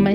们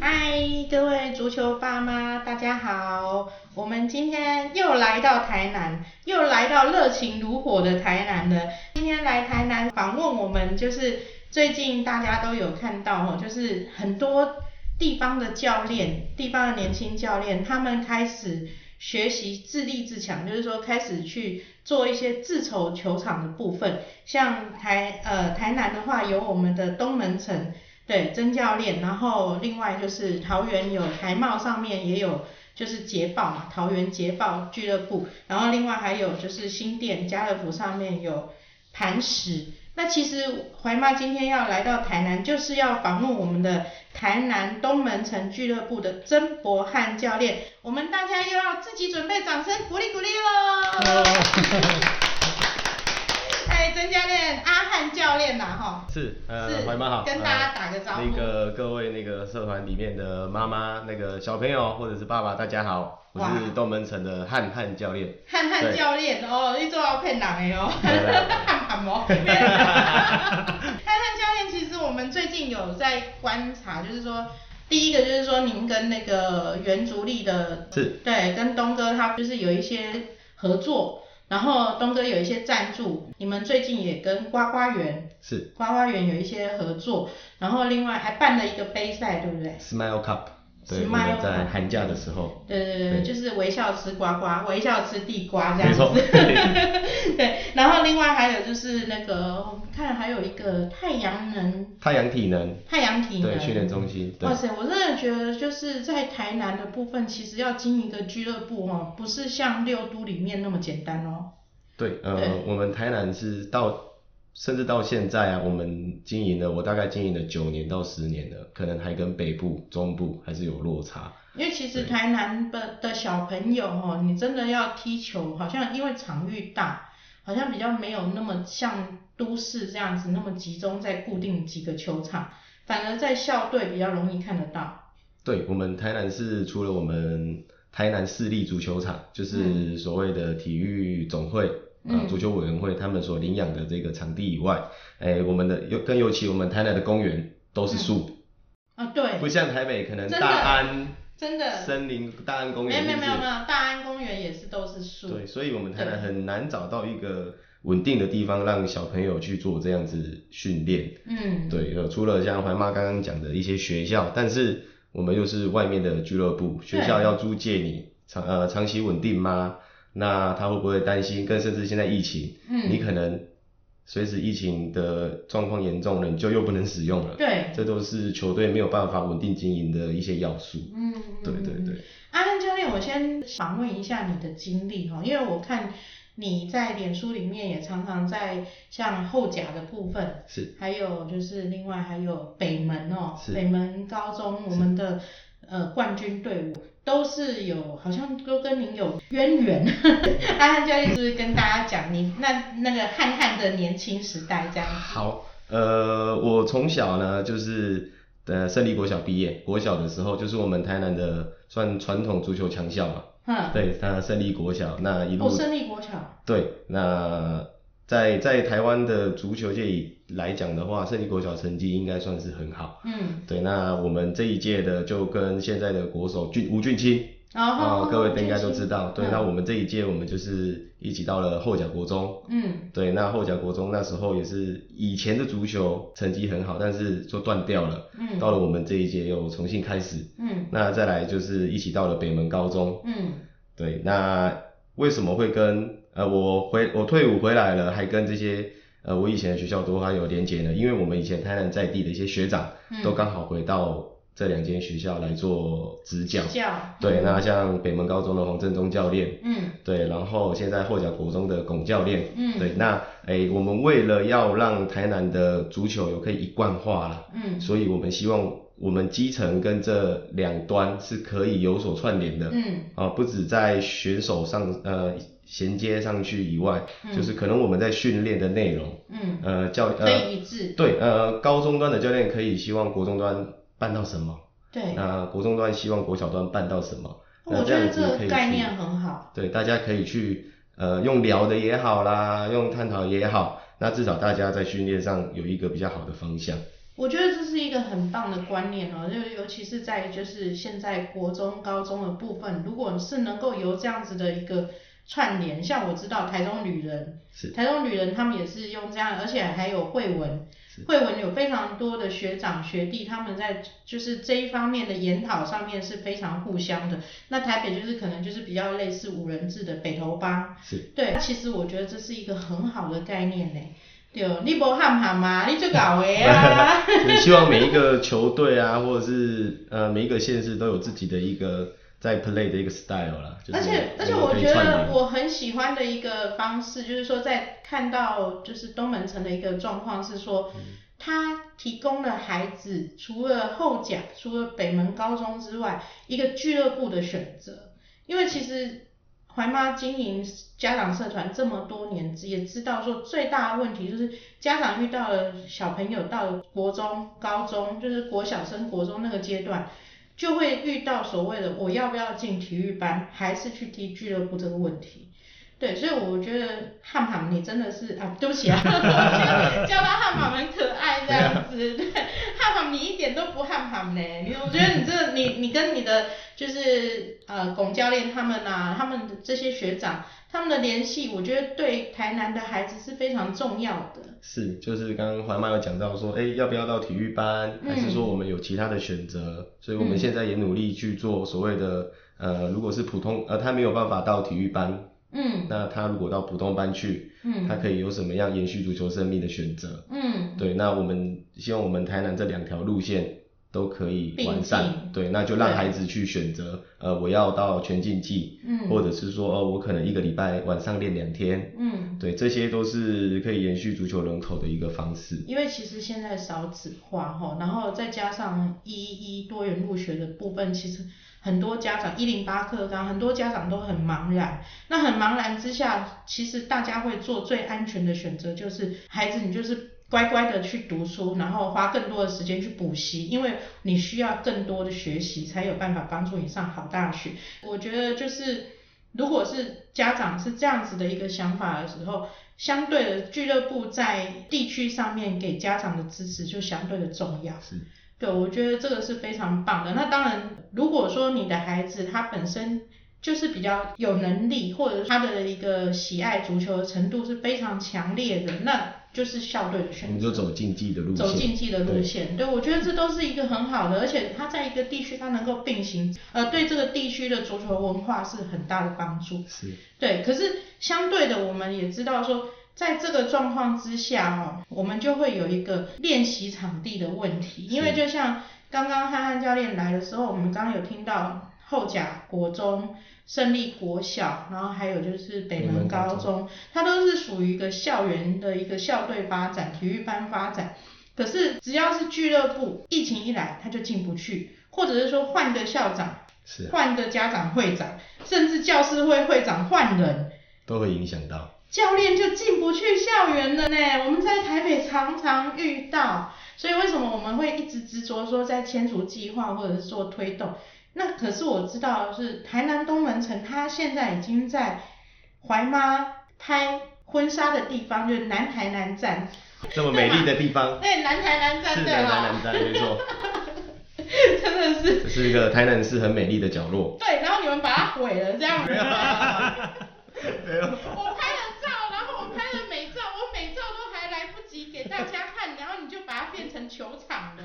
嗨，各位足球爸妈，大家好！我们今天又来到台南，又来到热情如火的台南了。今天来台南访问我们，就是最近大家都有看到哦，就是很多地方的教练、地方的年轻教练，他们开始学习自立自强，就是说开始去做一些自筹球场的部分。像台呃台南的话，有我们的东门城。对，曾教练，然后另外就是桃园有台茂上面也有就是捷豹嘛，桃园捷豹俱乐部，然后另外还有就是新店家乐福上面有磐石。那其实怀妈今天要来到台南，就是要访问我们的台南东门城俱乐部的曾博翰教练，我们大家又要自己准备掌声鼓励鼓励喽！嗨，哎曾教练，阿汉教练呐，哈， 是，呃，是怀妈好，跟大家打个招呼呃那个各位那个社团里面的妈妈、那个小朋友或者是爸爸，大家好，我哇是东门城的汉汉教练。汉汉教练哦，你做要骗人的哦，汉汉哦。汉汉教练，其实我们最近有在观察，就是说，第一个就是说，您跟那个袁竹力的，是对，跟东哥他就是有一些合作，然后东哥有一些赞助，你们最近也跟呱呱园、是呱呱园有一些合作，然后另外还办了一个杯赛，对不对？ Smile Cup，对 Smile 我们在 Cup 寒假的时候，对对对，对就是微笑吃呱呱，微笑吃地瓜这样没子错。， 对，然后另外还有就是那个，我们看还有一个太阳能太阳体能，太阳体能对训练中心，对哇，塞，我真的觉得就是在台南的部分，其实要经营一个俱乐部哦，不是像六都里面那么简单哦。对，呃对，我们台南是到。甚至到现在啊，我们经营了，我大概经营了九年到十年了，可能还跟北部、中部还是有落差。因为其实对台南的的小朋友哦，你真的要踢球，好像因为场域大，好像比较没有那么像都市这样子那么集中在固定几个球场，反而在校队比较容易看得到。对，我们台南市除了我们台南市立足球场，就是所谓的体育总会。啊嗯，足球委员会他们所领养的这个场地以外，哎、我们的尤更尤其我们台南的公园都是树，啊，对，不像台北可能嗯真的大安真的。森林、大安公没园有没有是没不是有没有，大安公园也是都是树。对，所以我们台南很难找到一个稳定的地方让小朋友去做这样子训练。嗯，对，呃，除了像怀妈刚刚讲的一些学校，但是我们又是外面的俱乐部，学校要租借你长呃长期稳定吗？那他会不会担心？更甚至现在疫情，嗯你可能随时疫情的状况严重了，你就又不能使用了。对，这都是球队没有办法稳定经营的一些要素。嗯，对对嗯。对，阿汉教练，我先访问一下你的经历哈，因为我看你在脸书里面也常常在像后甲的部分，是还有就是另外还有北门哦，是北门高中我们的呃冠军队伍都是有，好像都跟您有渊源。 阿汉教练是不是跟大家讲你那那个汉汉的年轻时代这样子？好，呃，我从小呢就是呃胜利国小毕业，国小的时候就是我们台南的算传统足球强校嘛。嗯，对，那胜利国小那一路、哦，胜利国小，对，那在在台湾的足球界来讲的话，胜利国小成绩应该算是很好。嗯，对，那我们这一届的就跟现在的国手俊吴俊清啊然后、各位应该都知道。对，那嗯我们这一届我们就是一起到了后甲国中。嗯，对，那后甲国中那时候也是以前的足球成绩很好，但是就断掉了。嗯到了我们这一届又重新开始。嗯那再来就是一起到了北门高中。嗯对，那为什么会跟呃我回我退伍回来了，还跟这些呃我以前的学校都还有连结呢？因为我们以前台南在地的一些学长嗯都刚好回到这两间学校来做执教。教，对，那像北门高中的黄振中教练，嗯对，然后现在获奖国中的龚教练，嗯对，那诶、我们为了要让台南的足球有可以一贯化啦，嗯所以我们希望我们基层跟这两端是可以有所串联的，嗯啊，不止在选手上呃衔接上去以外，嗯就是可能我们在训练的内容，嗯，呃教可呃以一致，对呃高中端的教练可以希望国中端办到什么，对，那国中端希望国小端办到什么，我那觉这样得子这可个以概去念很好，对，大家可以去呃用聊的也好啦，用探讨也好，那至少大家在训练上有一个比较好的方向。我觉得这是一个很棒的观念哦，就尤其是在就是现在国中、高中的部分，如果是能够有这样子的一个串联，像我知道台中旅人，是台中旅人他们也是用这样，而且还有慧文是，慧文有非常多的学长学弟，他们在就是这一方面的研讨上面是非常互相的。那台北就是可能就是比较类似五人制的北投帮，是，对，其实我觉得这是一个很好的概念呢。对，哦你无喊喊嘛，你就搞的啊。也希望每一个球队啊，或者是呃每一个县市都有自己的一个在 play 的一个 style 啦。就是而且而且们我可以觉串得联我很喜欢的一个方式，就是说在看到就是东门城的一个状况是说，嗯他提供了孩子除了后甲、除了北门高中之外，一个俱乐部的选择，因为其实。怀妈经营家长社团这么多年，也知道说最大的问题就是家长遇到了小朋友到了国中、高中，就是国小升国中那个阶段，就会遇到所谓的我要不要进体育班，还是去踢俱乐部这个问题。对，所以我觉得汉汉你真的是啊，对不起 啊，叫到汉汉很可爱这样 子，对，汉汉你一点都不汉汉呢，你我觉得你这你你跟你的就是呃龚教练他们啊，他们的这些学长他们的联系，我觉得对台南的孩子是非常重要的。是，就是刚刚怀妈有讲到说，哎、要不要到体育班，还是说嗯我们有其他的选择？所以我们现在也努力去做所谓的，呃，如果是普通，呃，他没有办法到体育班，嗯那他如果到普通班去，嗯他可以有什么样延续足球生命的选择？嗯，对，那我们希望我们台南这两条路线都可以完善并进，对，那就让孩子去选择，呃，我要到全竞技，嗯或者是说，哦，我可能一个礼拜晚上练两天，嗯。对，这些都是可以延续足球人口的一个方式。因为其实现在少子化哈，然后再加上一一多元入学的部分，其实很多家长一零八课纲，很多家长都很茫然。那很茫然之下，其实大家会做最安全的选择，就是孩子你就是乖乖的去读书，然后花更多的时间去补习，因为你需要更多的学习，才有办法帮助你上好大学。我觉得就是，如果是家长是这样子的一个想法的时候，相对的俱乐部在地区上面给家长的支持就相对的重要。是对，我觉得这个是非常棒的。那当然，如果说你的孩子他本身就是比较有能力，或者他的一个喜爱足球的程度是非常强烈的，那就是校队的我选们就择。走竞技的路线。走竞技的路线，对我觉得这都是一个很好的，而且它在一个地区它能够并行，呃，对这个地区的足球文化是很大的帮助。是对，可是相对的，我们也知道说，在这个状况之下哦，我们就会有一个练习场地的问题，因为就像刚刚汉汉教练来的时候，我们刚刚有听到后甲国中、胜利国小，然后还有就是北北门门高高中，它都是属于一个校园的一个校队发展、体育班发展。可是只要是俱乐部，疫情一来，他就进不去，或者是说换个校长，是啊，换个家长会长，甚至教师会会长换人，都会影响到。教练就进不去校园了呢。我们在台北常常遇到，所以为什么我们会一直执着说在签署计划或者是做推动？那可是我知道的是台南东门城，它现在已经在怀妈拍婚纱的地方，就是南台南站，这么美丽的地方，对，南台南站是对啊的，台吧？南站没错，真的是这是一个台南市很美丽的角落。对，然后你们把它毁了，这 样 子。没有，我拍了照，然后我拍了美照，我美照都还来不及给大家看，然后你就把它变成球场 了。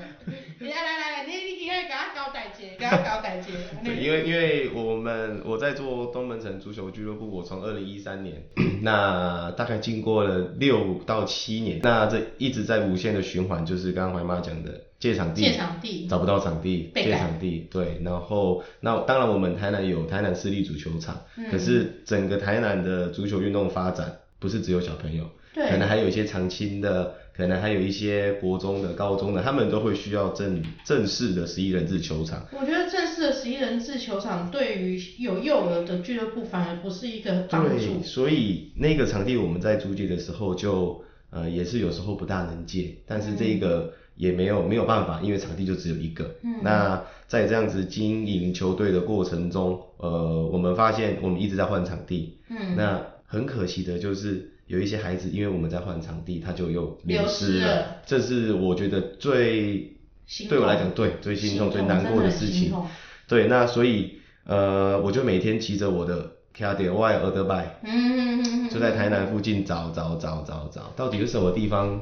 你来来来来，你你你给他搞歹节，给他搞歹节。 对，因为因为我们我在做东门城足球俱乐部，我从二零一三年，那大概经过了六到七年，那这一直在无限的循环，就是刚刚怀妈讲的。借场地，借场地找不到场地，被借改场地，对，然后那当然我们台南有台南市立足球场，嗯可是整个台南的足球运动发展不是只有小朋友，对可能还有一些长青的，可能还有一些国中的、高中的，他们都会需要正正式的十一人制球场。我觉得正式的十一人制球场对于有幼儿的俱乐部反而不是一个帮助对，。所以那个场地我们在租借的时候就呃也是有时候不大能借，但是这个也没有没有办法，因为场地就只有一个。嗯那在这样子经营球队的过程中，呃，我们发现我们一直在换场地，嗯，那很可惜的就是。有一些孩子，因为我们在换场地，他就又流流失失了了，这是我觉得最心对我来痛讲，对最心痛、最心痛难过真的事很心情痛。对，那所以呃，我就每天骑着我的 k a d y 外 a 德拜，嗯嗯嗯嗯，就在台南附近找找找找找，到底有什么地方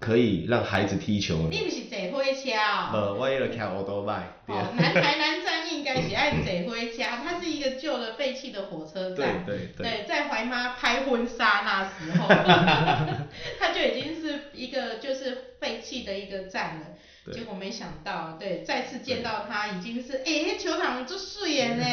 可以让孩子踢球呢？你不是坐火车哦？呃，我也了 k a d 德拜，对哦，南台南站应该是爱坐火车，它是一个旧的废弃的火车对站。对对对，在怀妈拍婚纱那时 候，它就已经是一个就是废弃的一个站了。对结果没想到，对，再次见到它已经是，哎、那球场就睡眼 呢，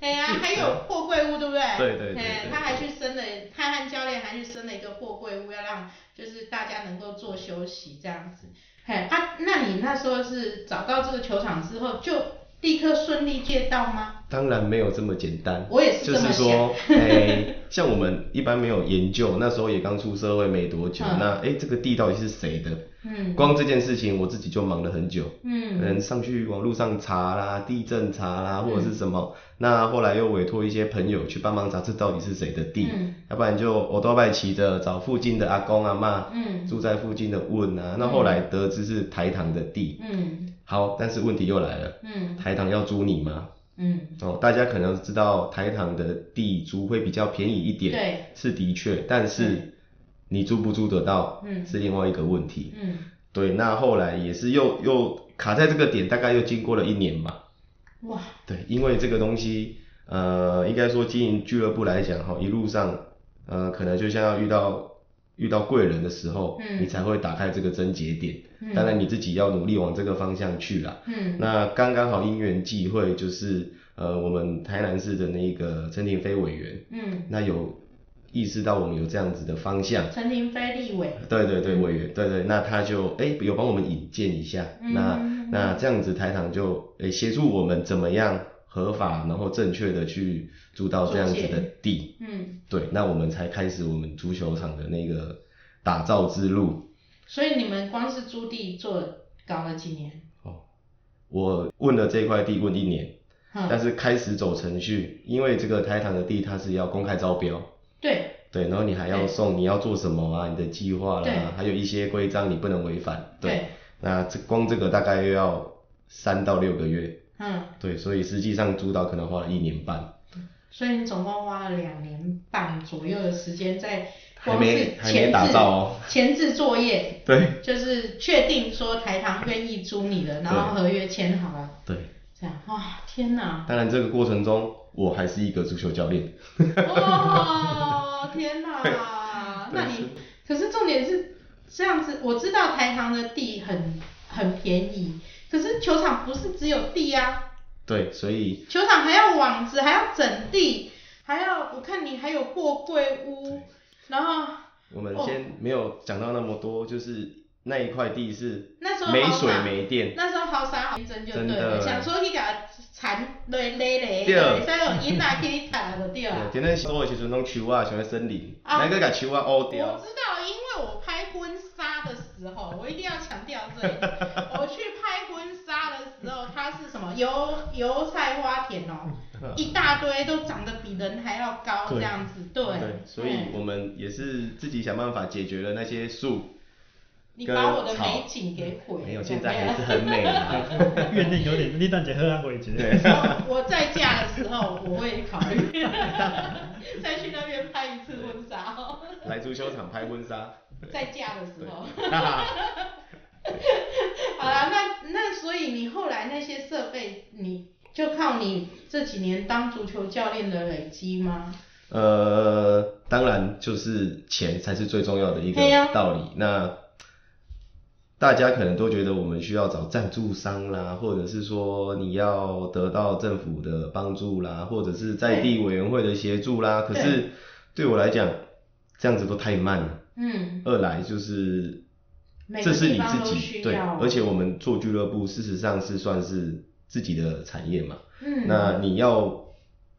哎呀、还有货柜屋，对不对？对对对哎对他还去生了，他和教练还去生了一个货柜屋，要让就是大家能够做休息这样子。嘿，啊，那你那时候是找到这个球场之后，就立刻顺利借到吗？当然没有这么简单。我也是这就么是想。说，哎、像我们一般没有研究，那时候也刚出社会没多久，嗯那哎、这个地到底是谁的？嗯光这件事情我自己就忙了很久，可嗯能上去网络上查啦、地震查啦，嗯或者是什么，那后来又委托一些朋友去帮忙查这到底是谁的地，嗯要不然就我都拜骑着找附近的阿公阿妈，嗯住在附近的问啊，那后来得知是台糖的地，嗯好，但是问题又来了，嗯台糖要租你吗？嗯，哦，大家可能知道台糖的地租会比较便宜一点，对，是的确，但嗯是你租不租得到，嗯是另外一个问题。嗯，对，那后来也是又又卡在这个点，大概又经过了一年嘛。哇，对，因为这个东西，呃，应该说经营俱乐部来讲哈，一路上，呃，可能就像要遇到遇到贵人的时候，嗯你才会打开这个症结点。嗯当然你自己要努力往这个方向去啦。嗯那刚刚好因缘际会，就是呃，我们台南市的那个陈廷飞委员，嗯，那有意识到我们有这样子的方向，陈廷飞立委，对对对，委员，对对，那他就哎、有帮我们引荐一下，嗯那嗯那这样子台糖就哎协、助我们怎么样合法，然后正确的去租到这样子的地，嗯，对，那我们才开始我们足球场的那个打造之路。所以你们光是租地做了搞了几年？我问了这块地问一年，嗯但是开始走程序，因为这个台糖的地它是要公开招标，对，对，然后你还要对送你要做什么啊，你的计划对啦，还有一些规章你不能违反，对。对，那这光这个大概又要三到六个月，嗯，对，所以实际上租到可能花了一年半，所以你总共花了两年半左右的时间在还光是没还前没置打造哦。前置作业，对就是确定说台糖愿意租你的，然后合约签好了，对，这样哇，天哪！当然这个过程中我还是一个足球教练，哦，天哪！那你可是重点是这样子，我知道台糖的地很很便宜，可是球场不是只有地啊，对，所以球场还要网子，还要整地，还要我看你还有货柜屋，然后我们哦先没有讲到那么多，就是那一块地是那时候没好水傻没电，那时候好傻好真就对真的了，想说去给它缠累累累，对所以用囡仔去你缠就对了。对，今天所有时阵拢树啊，想要森林，啊那个把树啊挖我掉，知道，因为我拍婚纱的时候，我一定要强调这一 点。我去拍婚纱的时候，它是什么油油菜花田哦，嗯啊一大堆都长得比人还要高这样子，对。嗯对，所以我们也是自己想办法解决了那些树，你把我的美景给毁了。没有，嗯现在还是很美啊。 怨念有点，你等一下喝下回去。对 我再嫁的时候，我会考虑 再去那边拍一次婚纱哦。来足球场拍婚纱， 再嫁的时候。哈哈， 好啦，那那所以你后来那些设备，你就靠你这几年当足球教练的累积吗？呃，当然就是钱才是最重要的一个对呀道理。那大家可能都觉得我们需要找赞助商啦，或者是说你要得到政府的帮助啦，或者是在地委员会的协助啦。可对是对我来讲，这样子都太慢了。嗯，二来就是每个这是地你方自都己需对，要而且我们做俱乐部，事实上是算是自己的产业嘛。嗯，那你要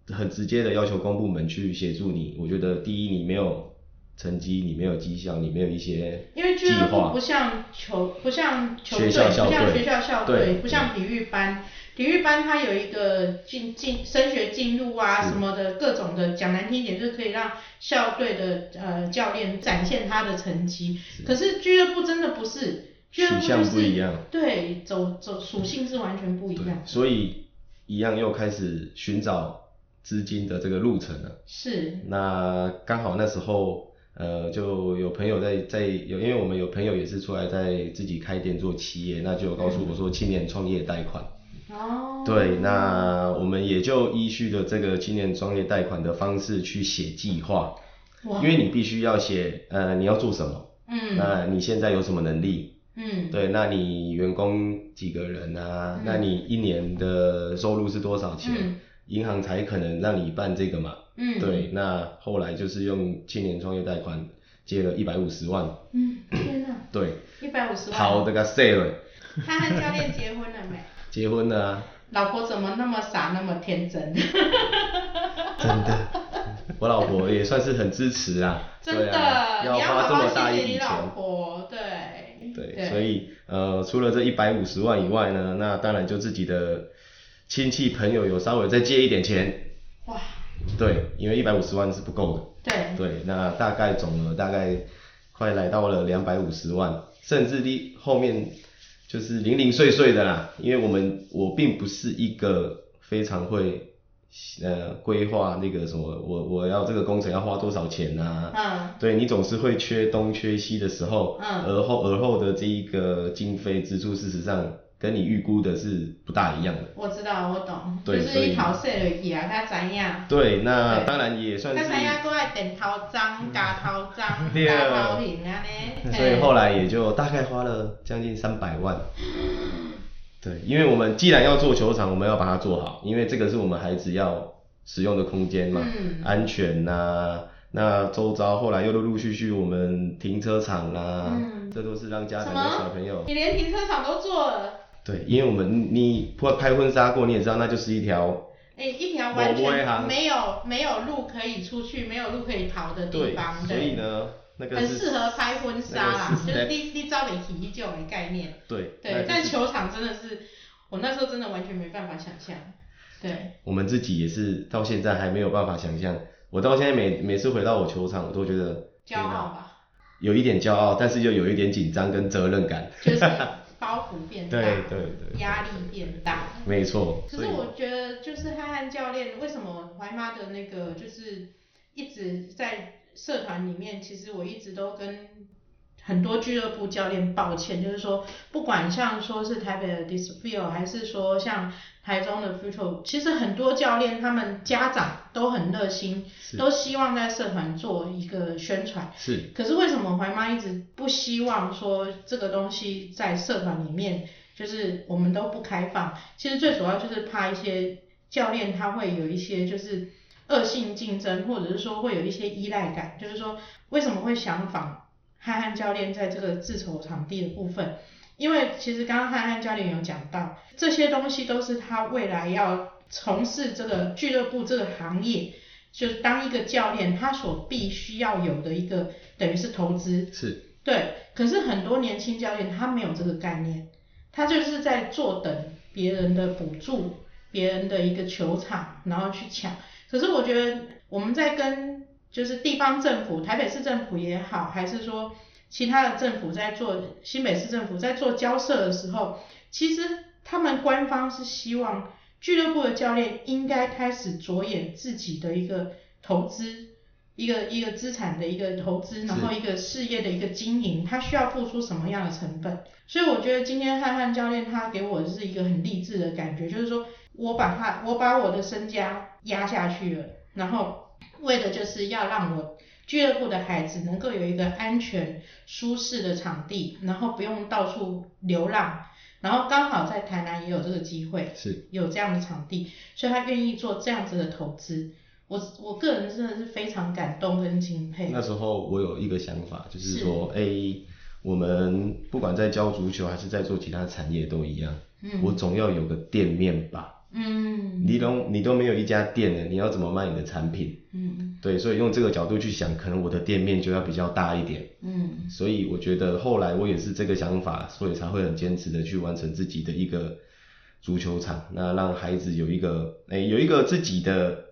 很直接的要求公部门去协助你，我觉得第一你没有成绩，你没有绩效，你没有一些因为俱计乐部划不，像球，不像球队，学校校不像队学校校对嗯队，不像体育班。体育班它有一个进进升学进入啊是什么的各种的，讲难听一点就是可以让校队的呃教练展现他的成绩。可是俱乐部真的不是，俱乐部取向就不是一样对走走属性是完全不一对样，。所以一样又开始寻找资金的这个路程了。是，那刚好那时候。呃，就有朋友在在有，因为我们有朋友也是出来在自己开店做企业，那就有告诉我说青年创业贷款，哦，对，那我们也就依据的这个青年创业贷款的方式去写计划，哇因为你必须要写，呃，你要做什么，嗯那你现在有什么能力，嗯对，那你员工几个人啊，嗯那你一年的收入是多少钱，嗯银行才可能让你办这个嘛，嗯，对，那后来就是用青年创业贷款借了一百五十万，嗯，天哪，对，一百五十万，跑的个 s a 他和教练结婚了没？结婚了啊。老婆怎么那么傻，那么天真？真的，我老婆也算是很支持啊，真对的，啊、你要花这好么好大谢一谢笔你钱，老婆，对，对，所以呃，除了这一百五十万以外呢，那当然就自己的亲戚朋友有稍微再借一点钱，哇，对，因为一百五十万是不够的，对，对，那大概总额大概快来到了两百五十万，甚至的后面就是零零碎碎的啦，因为我们我并不是一个非常会呃规划那个什么，我我要这个工程要花多少钱啊呐、嗯，对你总是会缺东缺西的时候，嗯而后而后的这一个经费支出，事实上跟你预估的是不大一样的。我知道，我懂，就对是所以一头洗落去啊，他知影，对，那对当然也算他是知影搁爱电头章、加头章、 对加头型安尼，所以后来，来也就大概花了将近三百 万。对，因为我们既然要做球场，我们要把它做好，因为这个是我们孩子要使用的空间嘛，嗯安全呐、啊那周遭后来又陆陆续续我们停车场啦、嗯这都是让家什长跟么小朋友你连停车场都做了，对，因为我们你拍拍婚纱过，你也知道那就是一条哎，一条完我不会全行没有没有路可以出去，没有路可以逃的地方，所以，呢，那个很是适合拍婚纱啦，那个是就是 step- 你你招美体这种的概念。对那对，就但是球场真的是，我那时候真的完全没办法想象。对，我们自己也是到现在还没有办法想象，我到现在每每次回到我球场，我都觉得骄傲吧，有一点骄傲，但是又有一点紧张跟责任感。就是包袱变大，对对对压力变大。 没错，可所是以我觉得，就是汉汉教练为什么怀妈的那个，就是一直在社团里面，其实我一直都跟很多俱乐部教练抱歉，就是说，不管像说是台北的 Disfeel，还是说像台中的 Future，其实很多教练他们家长都很热心，是都希望在社团做一个宣传。是可是为什么怀妈一直不希望说这个东西在社团里面，就是我们都不开放？其实最主要就是怕一些教练他会有一些就是恶性竞争，或者是说会有一些依赖感，就是说为什么会想仿憨憨教练在这个自筹场地的部分？因为其实刚刚憨憨教练有讲到，这些东西都是他未来要从事这个俱乐部这个行业，就是当一个教练，他所必须要有的一个等于是投资。是对，可是很多年轻教练他没有这个概念，他就是在坐等别人的补助，别人的一个球场，然后去抢。可是我觉得我们在跟就是地方政府，台北市政府也好，还是说其他的政府在做，新北市政府在做交涉的时候，其实他们官方是希望俱乐部的教练应该开始着眼自己的一个投资，一个一个资产的一个投资，然后一个事业的一个经营，他需要付出什么样的成本？所以我觉得今天汉汉教练他给我的是一个很励志的感觉，就是说我把他我把我的身家压下去了，然后为的就是要让我俱乐部的孩子能够有一个安全、舒适的场地，然后不用到处流浪，然后刚好在台南也有这个机会，是有这样的场地，所以他愿意做这样子的投资。我我个人真的是非常感动跟敬佩。那时候我有一个想法，就是说，哎、我们不管在教足球还是在做其他产业都一样，嗯我总要有个店面吧。嗯你都你都没有一家店了，你要怎么卖你的产品？嗯对，所以用这个角度去想，可能我的店面就要比较大一点。嗯所以我觉得后来我也是这个想法，所以才会很坚持的去完成自己的一个足球场，那让孩子有一个哎、有一个自己的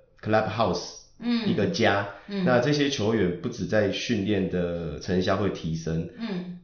clubhouse，嗯，一个家。嗯那这些球员不止在训练的成效会提升，嗯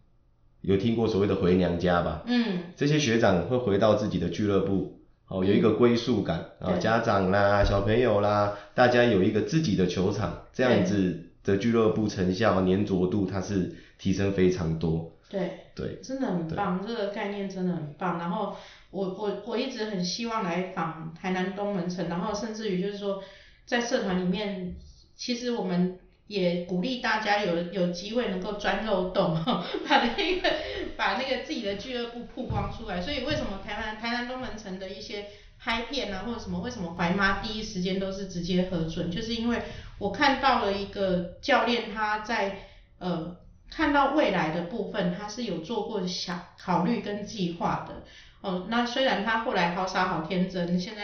有听过所谓的回娘家吧？嗯这些学长会回到自己的俱乐部，哦，有一个归属感啊、对家长啦、小朋友啦，大家有一个自己的球场，这样子的俱乐部成效粘着度它是提升非常多。对。对，真的很棒，这个概念真的很棒。然后我我我一直很希望来访台南东门城，然后甚至于就是说，在社团里面，其实我们也鼓励大家有有机会能够钻漏洞，把那个把那个自己的俱乐部曝光出来。所以为什么台南台南东门城的一些拍片啊，或者什么，为什么怀妈第一时间都是直接核准，就是因为我看到了一个教练他在呃看到未来的部分，他是有做过想考虑跟计划的。哦，那虽然他后来好傻好天真，现 在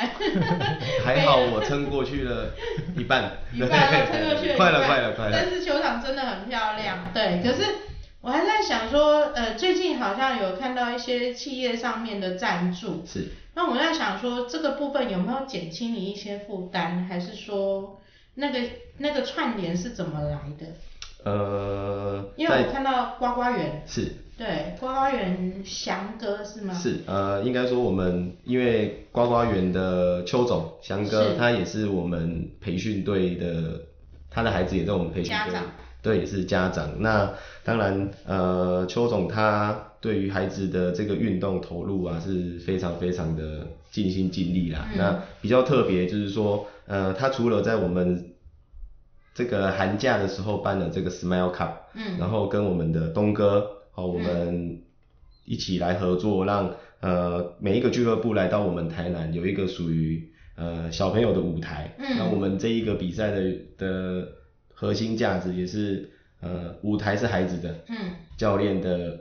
还好我撑过去 ，了一半一半要撑过去 快了一半快了快了但。是球场真的很漂亮，对。可是我还在想说，呃，最近好像有看到一些企业上面的赞助，是，那我在想说，这个部分有没有减轻你一些负担，还是说那个那个串联是怎么来的？呃，因为我看到呱呱园，是对，呱呱园翔哥是吗？是，呃，应该说我们因为呱呱园的邱总翔哥是，他也是我们培训队的，他的孩子也在我们培训家队长，对，也是家长。那当然，呃，邱总他对于孩子的这个运动投入啊，是非常非常的尽心尽力啦。嗯那比较特别就是说，呃，他除了在我们这个寒假的时候办了这个 Smile Cup，嗯然后跟我们的东哥，好，我们一起来合作，让呃每一个俱乐部来到我们台南有一个属于呃小朋友的舞台。嗯那我们这一个比赛的的核心价值也是呃舞台是孩子的，嗯教练的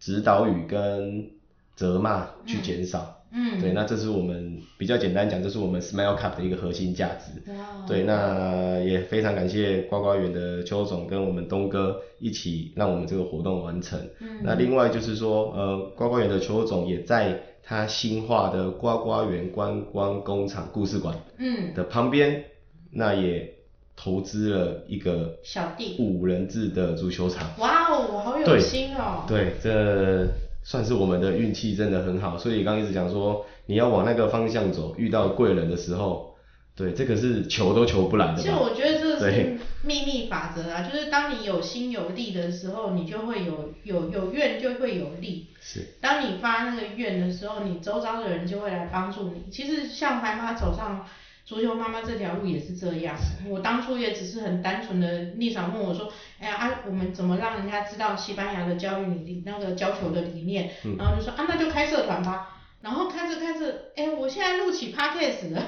指导语跟责骂去减少。嗯，对，那这是我们比较简单讲，这是我们 Smile Cup 的一个核心价值。哇哦对，那也非常感谢呱呱园的邱总跟我们东哥一起让我们这个活动完成。嗯那另外就是说，呃，呱呱园的邱总也在他新化的呱呱园观光工厂故事馆嗯的旁边，那也投资了一个小弟，五人制的足球场。哇哦，好有对心哦，对，这算是我们的运气真的很好。所以刚刚一直讲说，你要往那个方向走，遇到贵人的时候，对，这个是求都求不来的吧。其实我觉得这是对秘密法则啊，就是当你有心有力的时候，你就会有有有愿就会有力。是当你发那个愿的时候，你周遭的人就会来帮助你。其实像怀妈走上足球妈妈这条路也是这样，我当初也只是很单纯的立场问我说，哎呀啊，我们怎么让人家知道西班牙的教育理念那个教球的理念？嗯然后就说啊，那就开社团吧。然后开着开着，哎，我现在录起 podcast 了，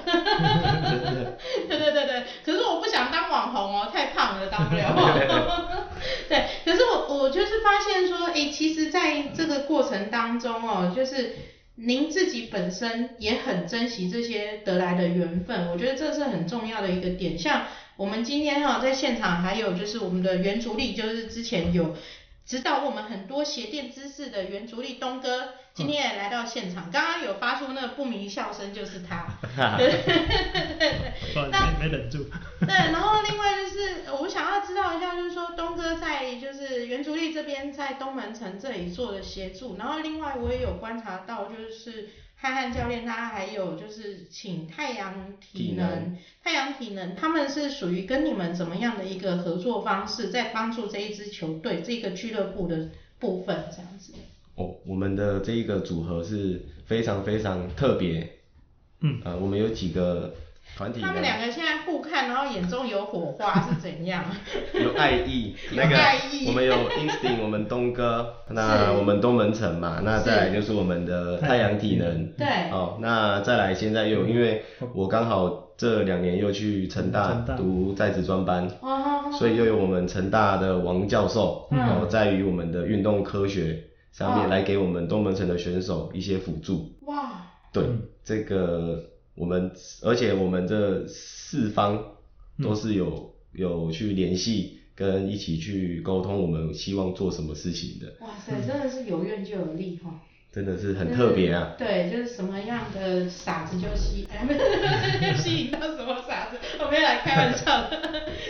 对对对对，可是我不想当网红哦，太胖了，当不了网红。对，可是我我就是发现说，哎，其实在这个过程当中哦，就是您自己本身也很珍惜这些得来的缘分，我觉得这是很重要的一个点。像我们今天哈、在现场还有就是我们的袁竹力，就是之前有。指导我们很多鞋垫知识的袁竹力东哥，今天也来到现场。刚刚有发出那个不明笑声，就是他。对不好意思，没没忍住。 对，然后另外就是我想要知道一下，就是说东哥在就是袁竹力这边在东门城这里做的协助，然后另外我也有观察到，就是汉汉教练他还有就是请太阳体能、体太阳体能，他们是属于跟你们怎么样的一个合作方式，在帮助这一支球队这个俱乐部的部分这样子。哦，我们的这一个组合是非常非常特别。嗯呃，我们有几个团体呢他们两个现在互看，然后眼中有火花是怎 样？有爱意， 有那个爱意我们有 Instinct，我们东哥， 那我们东门城嘛，那再来就是我们的太阳体能，对哦，那再来现在又嗯有因为我刚好这两年又去成大成大读在职专班，哦，所以又有我们成大的王教授，嗯哦，在于我们的运动科学上哦面来给我们东门城的选手一些辅助，哇，对嗯，这个我们，而且我们这四方都是有、有去联系跟一起去沟通，我们希望做什么事情的，哇塞，真的是有愿就有利哈。真的是很特别啊。对，就是什么样的傻子就吸，哎，不是 吸引到什么傻子，我没有来开玩笑 的。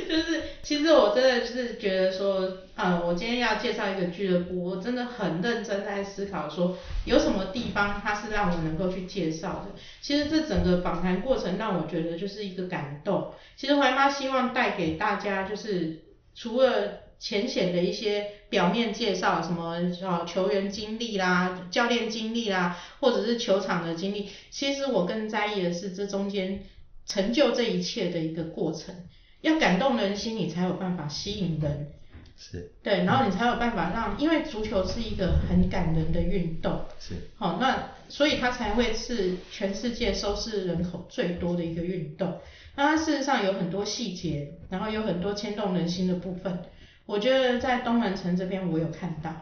就是其实我真的就是觉得说，呃，我今天要介绍一个俱乐部，我真的很认真在思考说，有什么地方它是让我能够去介绍的。其实这整个访谈过程让我觉得就是一个感动。其实怀妈希望带给大家就是除了浅显的一些表面介绍，什么呃球员经历啦、教练经历啦，或者是球场的经历，其实我更在意的是这中间成就这一切的一个过程。要感动人心，你才有办法吸引人，是对，然后你才有办法让，因为足球是一个很感人的运动，是，好，那所以它才会是全世界收视人口最多的一个运动。那它事实上有很多细节，然后有很多牵动人心的部分。我觉得在东门城这边我有看到，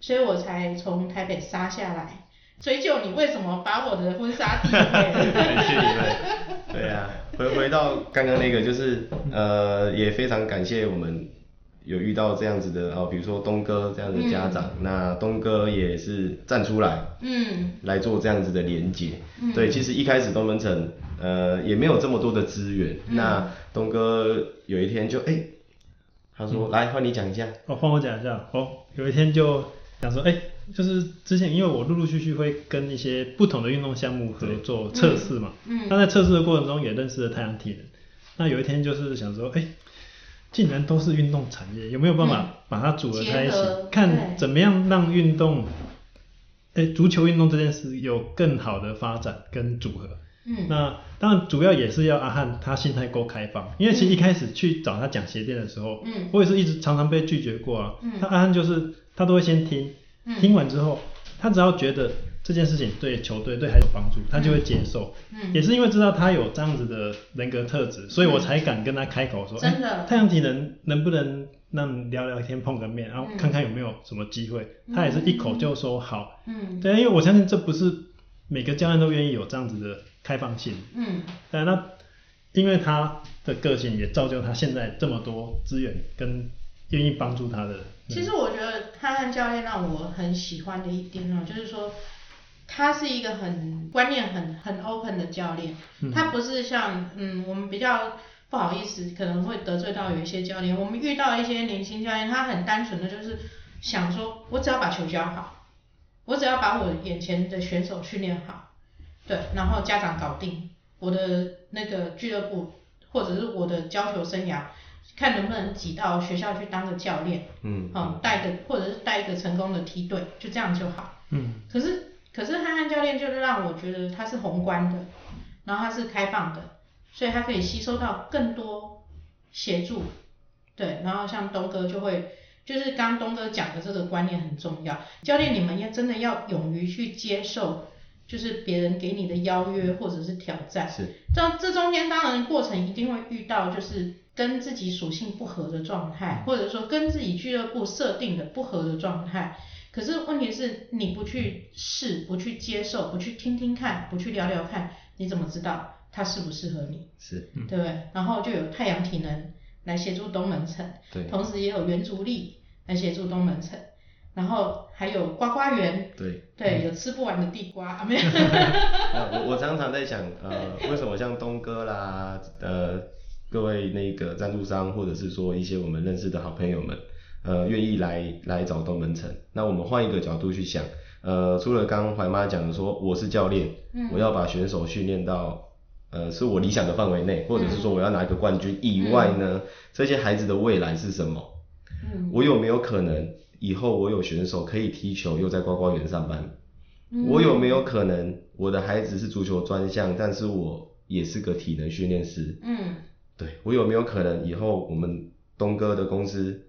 所以我才从台北杀下来。追究你为什么把我的婚纱递回？ 感谢你们。 对啊，回回到刚刚那个，就是呃，也非常感谢我们有遇到这样子的哦，比如说东哥这样的家长，那东哥也是站出来，嗯，来做这样子的连接。嗯对，其实一开始东门城呃也没有这么多的资源，嗯那东哥有一天就哎、他说、嗯来换你讲一下，哦，换我讲一下。哦，有一天就想说，哎、就是之前因为我陆陆续续会跟一些不同的运动项目合作测试嘛，嗯嗯那在测试的过程中也认识了太阳体能。那有一天就是想说，哎、既然都是运动产业，有没有办嗯法把它组合在结一起，合对看怎么样让运动，哎、足球运动这件事有更好的发展跟组合。嗯那当然主要也是要阿汉他心态够开放，因为其实一开始去找他讲鞋垫的时候，嗯我也是一直常常被拒绝过啊。嗯他阿汉就是他都会先听，嗯听完之后，他只要觉得这件事情对球队对孩子有帮助，他就会接受。嗯也是因为知道他有这样子的人格特质，所以我才敢跟他开口说，真的哎太阳体能能不能让聊聊天碰个面，然后嗯看看有没有什么机会。他也是一口就说好。嗯对，因为我相信这不是每个教练都愿意有这样子的开放性。嗯对，呃那因为他的个性也造就他现在这么多资源跟愿意帮助他的人。其实我觉得憨憨教练让我很喜欢的一点哦，就是说他是一个很观念很很 open 的教练，他不是像嗯我们比较不好意思，可能会得罪到有一些教练，我们遇到一些年轻教练，他很单纯的就是想说，我只要把球教好，我只要把我眼前的选手训练好，对，然后家长搞定我的那个俱乐部或者是我的教球生涯，看能不能挤到学校去当个教练。嗯，好、带个或者是带一个成功的梯队，就这样就好。嗯，可是可是憨憨教练就是让我觉得他是宏观的，然后他是开放的，所以他可以吸收到更多协助。对，然后像东哥就会，就是刚刚东哥讲的这个观念很重要。教练，你们要真的要勇于去接受，就是别人给你的邀约或者是挑战。是这这中间当然过程一定会遇到，就是跟自己属性不合的状态，或者说跟自己俱乐部设定的不合的状态。可是问题是，你不去试，不去接受，不去听听看，不去聊聊看，你怎么知道它适不适合你？是，对不对？然后就有太阳体能来协助东门城，对同时也有原足力来协助东门城，然后还有呱呱园，对。对，有吃不完的地瓜，啊没 有，那啊我我常常在想，呃，为什么像东哥啦，呃，各位那个赞助商，或者是说一些我们认识的好朋友们，呃，愿意来来找东门城。那我们换一个角度去想，呃，除了刚刚怀妈讲的说我是教练，嗯我要把选手训练到。呃，是我理想的范围内，或者是说我要拿一个冠军以外呢，这些孩子的未来是什么？嗯我有没有可能以后我有选手可以踢球，又在呱呱园上班？嗯我有没有可能我的孩子是足球专项，但是我也是个体能训练师。嗯对我有没有可能以后我们东哥的公司，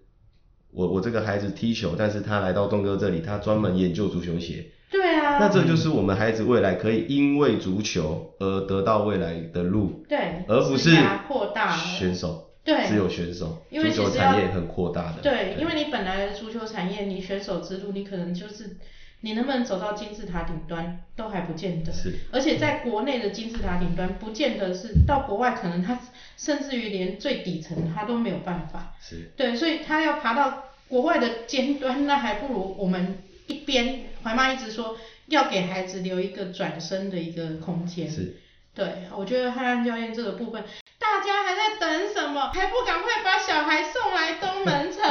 我我这个孩子踢球，但是他来到东哥这里，他专门研究足球鞋，对啊，那这就是我们孩子未来可以因为足球而得到未来的路，对，而不是指甲扩大了选手，对只有选手，因为足其球实要产业很扩大的，对，因为你本来的足球产业，你选手之路，你可能就是你能不能走到金字塔顶端都还不见得。是而且在国内的金字塔顶端，不见得是到国外，可能他甚至于连最底层他都没有办法。是对，所以他要爬到国外的尖端，那还不如我们一边怀妈一直说要给孩子留一个转身的一个空间。是，对，我觉得汉汉教练这个部分，大家还在等什么？还不赶快把小孩送来东门城，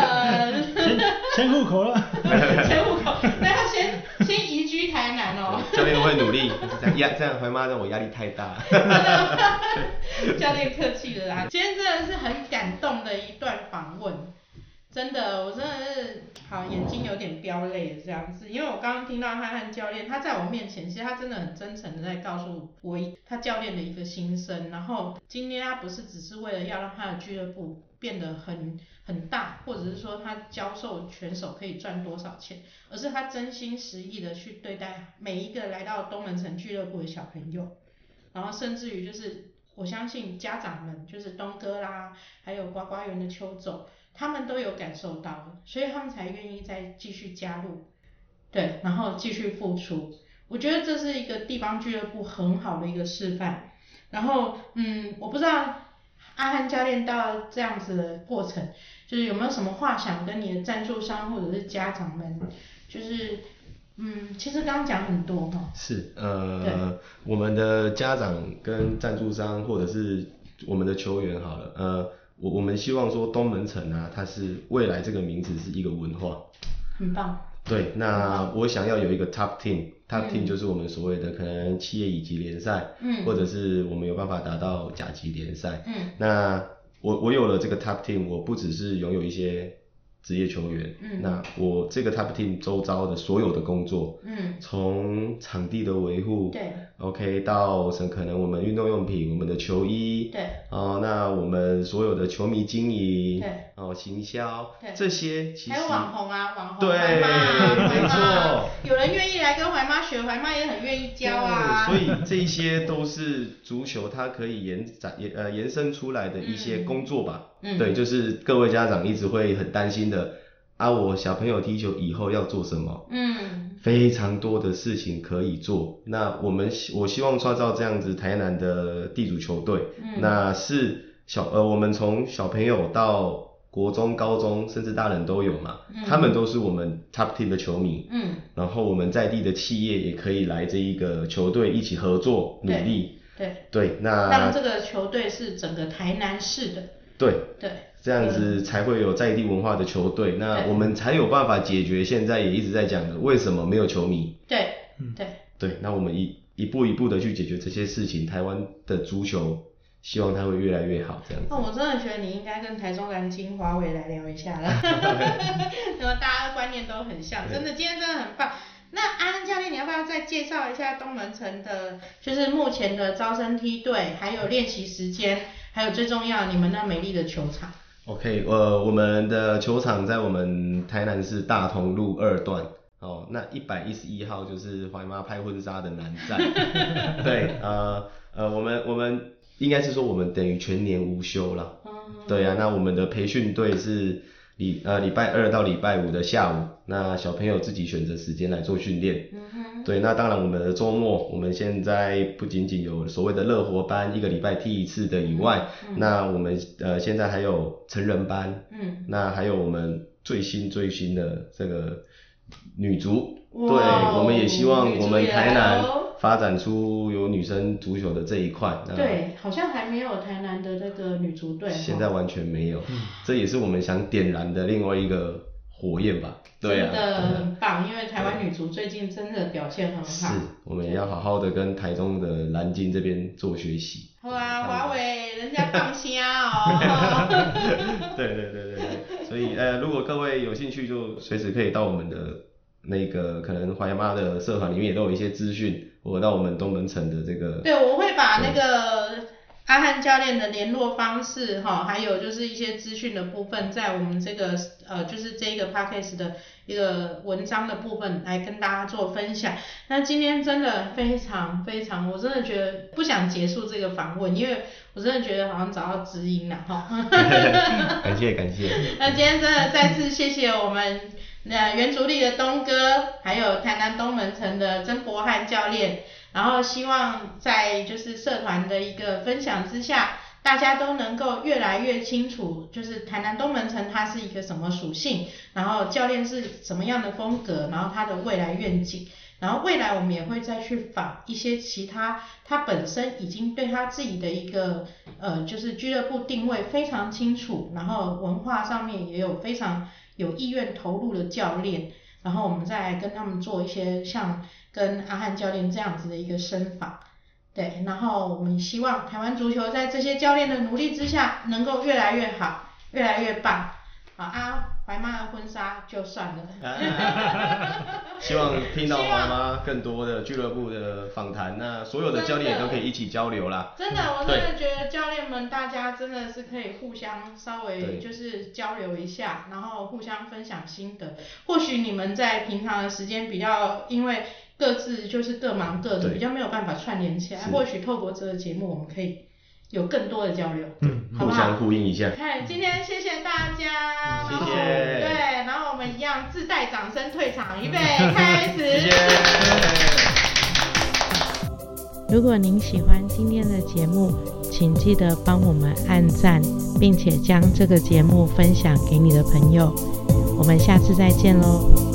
先先户口了。前户口，那要先先移居台南哦。教练会努力，这样压这样怀妈让我压力太大， 教练客气了啦，今天真的是很感动的一段访问，真的，我真的是好眼睛有点飙泪这样子，因为我刚刚听到汉汉教练，他在我面前，其实他真的很真诚的在告诉我一他教练的一个心声，然后今天他不是只是为了要让他的俱乐部变得很很大，或者是说他教授选手可以赚多少钱，而是他真心实意的去对待每一个来到东门城俱乐部的小朋友。然后甚至于就是我相信家长们，就是东哥啦，还有呱呱园的邱总，他们都有感受到，所以他们才愿意再继续加入，对，然后继续付出。我觉得这是一个地方俱乐部很好的一个示范。然后，嗯，我不知道阿汉教练到这样子的过程，就是有没有什么话想跟你的赞助商或者是家长们，就是，嗯，其实刚刚讲很多哈，是，呃，我们的家长跟赞助商或者是我们的球员好了，呃，我我们希望说东门城啊，它是未来这个名字是一个文化，很棒，对，那我想要有一个 top team，top 嗯 team 就是我们所谓的可能企业乙级联赛，嗯或者是我们有办法达到甲级联赛。嗯那我我有了这个 top team，我不只是拥有一些职业球员，嗯那我这个 top team 周遭的所有的工作，嗯，从场地的维护，对，OK 到什可能我们运动用品、我们的球衣，对。哦，那我们所有的球迷经营对，哦，行销对，这些其实还有网红啊，网红对怀妈啊，怀没妈错，有人愿意来跟怀妈学，怀妈也很愿意教啊。对所以这一些都是足球它可以延展延呃延伸出来的一些工作吧。嗯嗯对，就是各位家长一直会很担心的啊，我小朋友踢球以后要做什么？嗯非常多的事情可以做。那我们希我希望创造这样子台南的地主球队，嗯那是小呃我们从小朋友到。国中、高中，甚至大人都有嘛，嗯他们都是我们 top team 的球迷，嗯，然后我们在地的企业也可以来这一个球队一起合作努对力。对，对，让那这个球队是整个台南市的，对对，这样子才会有在地文化的球队，那对我们才有办法解决现在也一直在讲的为什么没有球迷。对嗯对，对，那我们一一步一步的去解决这些事情，台湾的足球希望它会越来越好，这样子那。哦我真的觉得你应该跟台中蓝鲸华为来聊一下 了，然后大家的观念都很像，真的，今天真的很棒。那安安教练，你要不要再介绍一下东门城的，就是目前的招生梯队，还有练习时间，还有最重要你们那美丽的球场？ OK，呃，我们的球场在我们台南市大同路二段。哦，那一百一十一号就是怀妈拍婚纱的南站。对，呃呃，我们我们应该是说我们等于全年无休啦。嗯对啊，那我们的培训队是礼呃礼拜二到礼拜五的下午，那小朋友自己选择时间来做训练。嗯哼，对，那当然，我们的周末，我们现在不仅仅有所谓的乐活班，一个礼拜踢一次的以外，那我们呃现在还有成人班，嗯，那还有我们最新最新的这个女足，对，哇哦我们也希望女足啊哦我们也台来南咯发展出有女生足球的这一块。那对，好像还没有台南的那个女足队哦。呃现在完全没有，这也是我们想点燃的另外一个火焰吧。对啊，真的很棒，因为台湾女足最近真的表现很是好。，我们也要好好的跟台中的蓝鲸这边做学习。好啊，华为人家放虾哦。对对对对对，所以呃，如果各位有兴趣，就随时可以到我们的那个可能怀妈的社团里面也都有一些资讯，我到我们东门城的这个对，我会把那个阿汉教练的联络方式哈，还有就是一些资讯的部分，在我们这个呃，就是这一个 p a c a s e 的一个文章的部分来跟大家做分享。那今天真的非常非常，我真的觉得不想结束这个访问，因为我真的觉得好像找到知音了哈。 感谢感谢， 那今天真的再次谢谢我们那原主力的东哥，还有台南东门城的曾博翰教练，然后希望在就是社团的一个分享之下，大家都能够越来越清楚，就是台南东门城它是一个什么属性，然后教练是什么样的风格，然后他的未来愿景。然后未来我们也会再去访一些其他他本身已经对他自己的一个呃，就是俱乐部定位非常清楚，然后文化上面也有非常有意愿投入的教练，然后我们再来跟他们做一些像跟阿汉教练这样子的一个深访。对，然后我们希望台湾足球在这些教练的努力之下，能够越来越好，越来越棒。好啊，怀妈的婚纱就算了。啊希望听到希望妈妈更多的俱乐部的访谈，那所有的教练也都可以一起交流啦。真的，我真的觉得教练们大家真的是可以互相稍微对就是交流一下，然后互相分享心得。或许你们在平常的时间比较，因为各自就是各忙各的，对比较没有办法串联起来。是或许透过这个节目，我们可以有更多的交流，嗯好不互相好？呼应一下。哎，今天谢谢大家，谢然后谢对，然后我们一样自带掌声退场，预备开始。嗯谢谢。如果您喜欢今天的节目，请记得帮我们按赞，并且将这个节目分享给你的朋友。我们下次再见喽，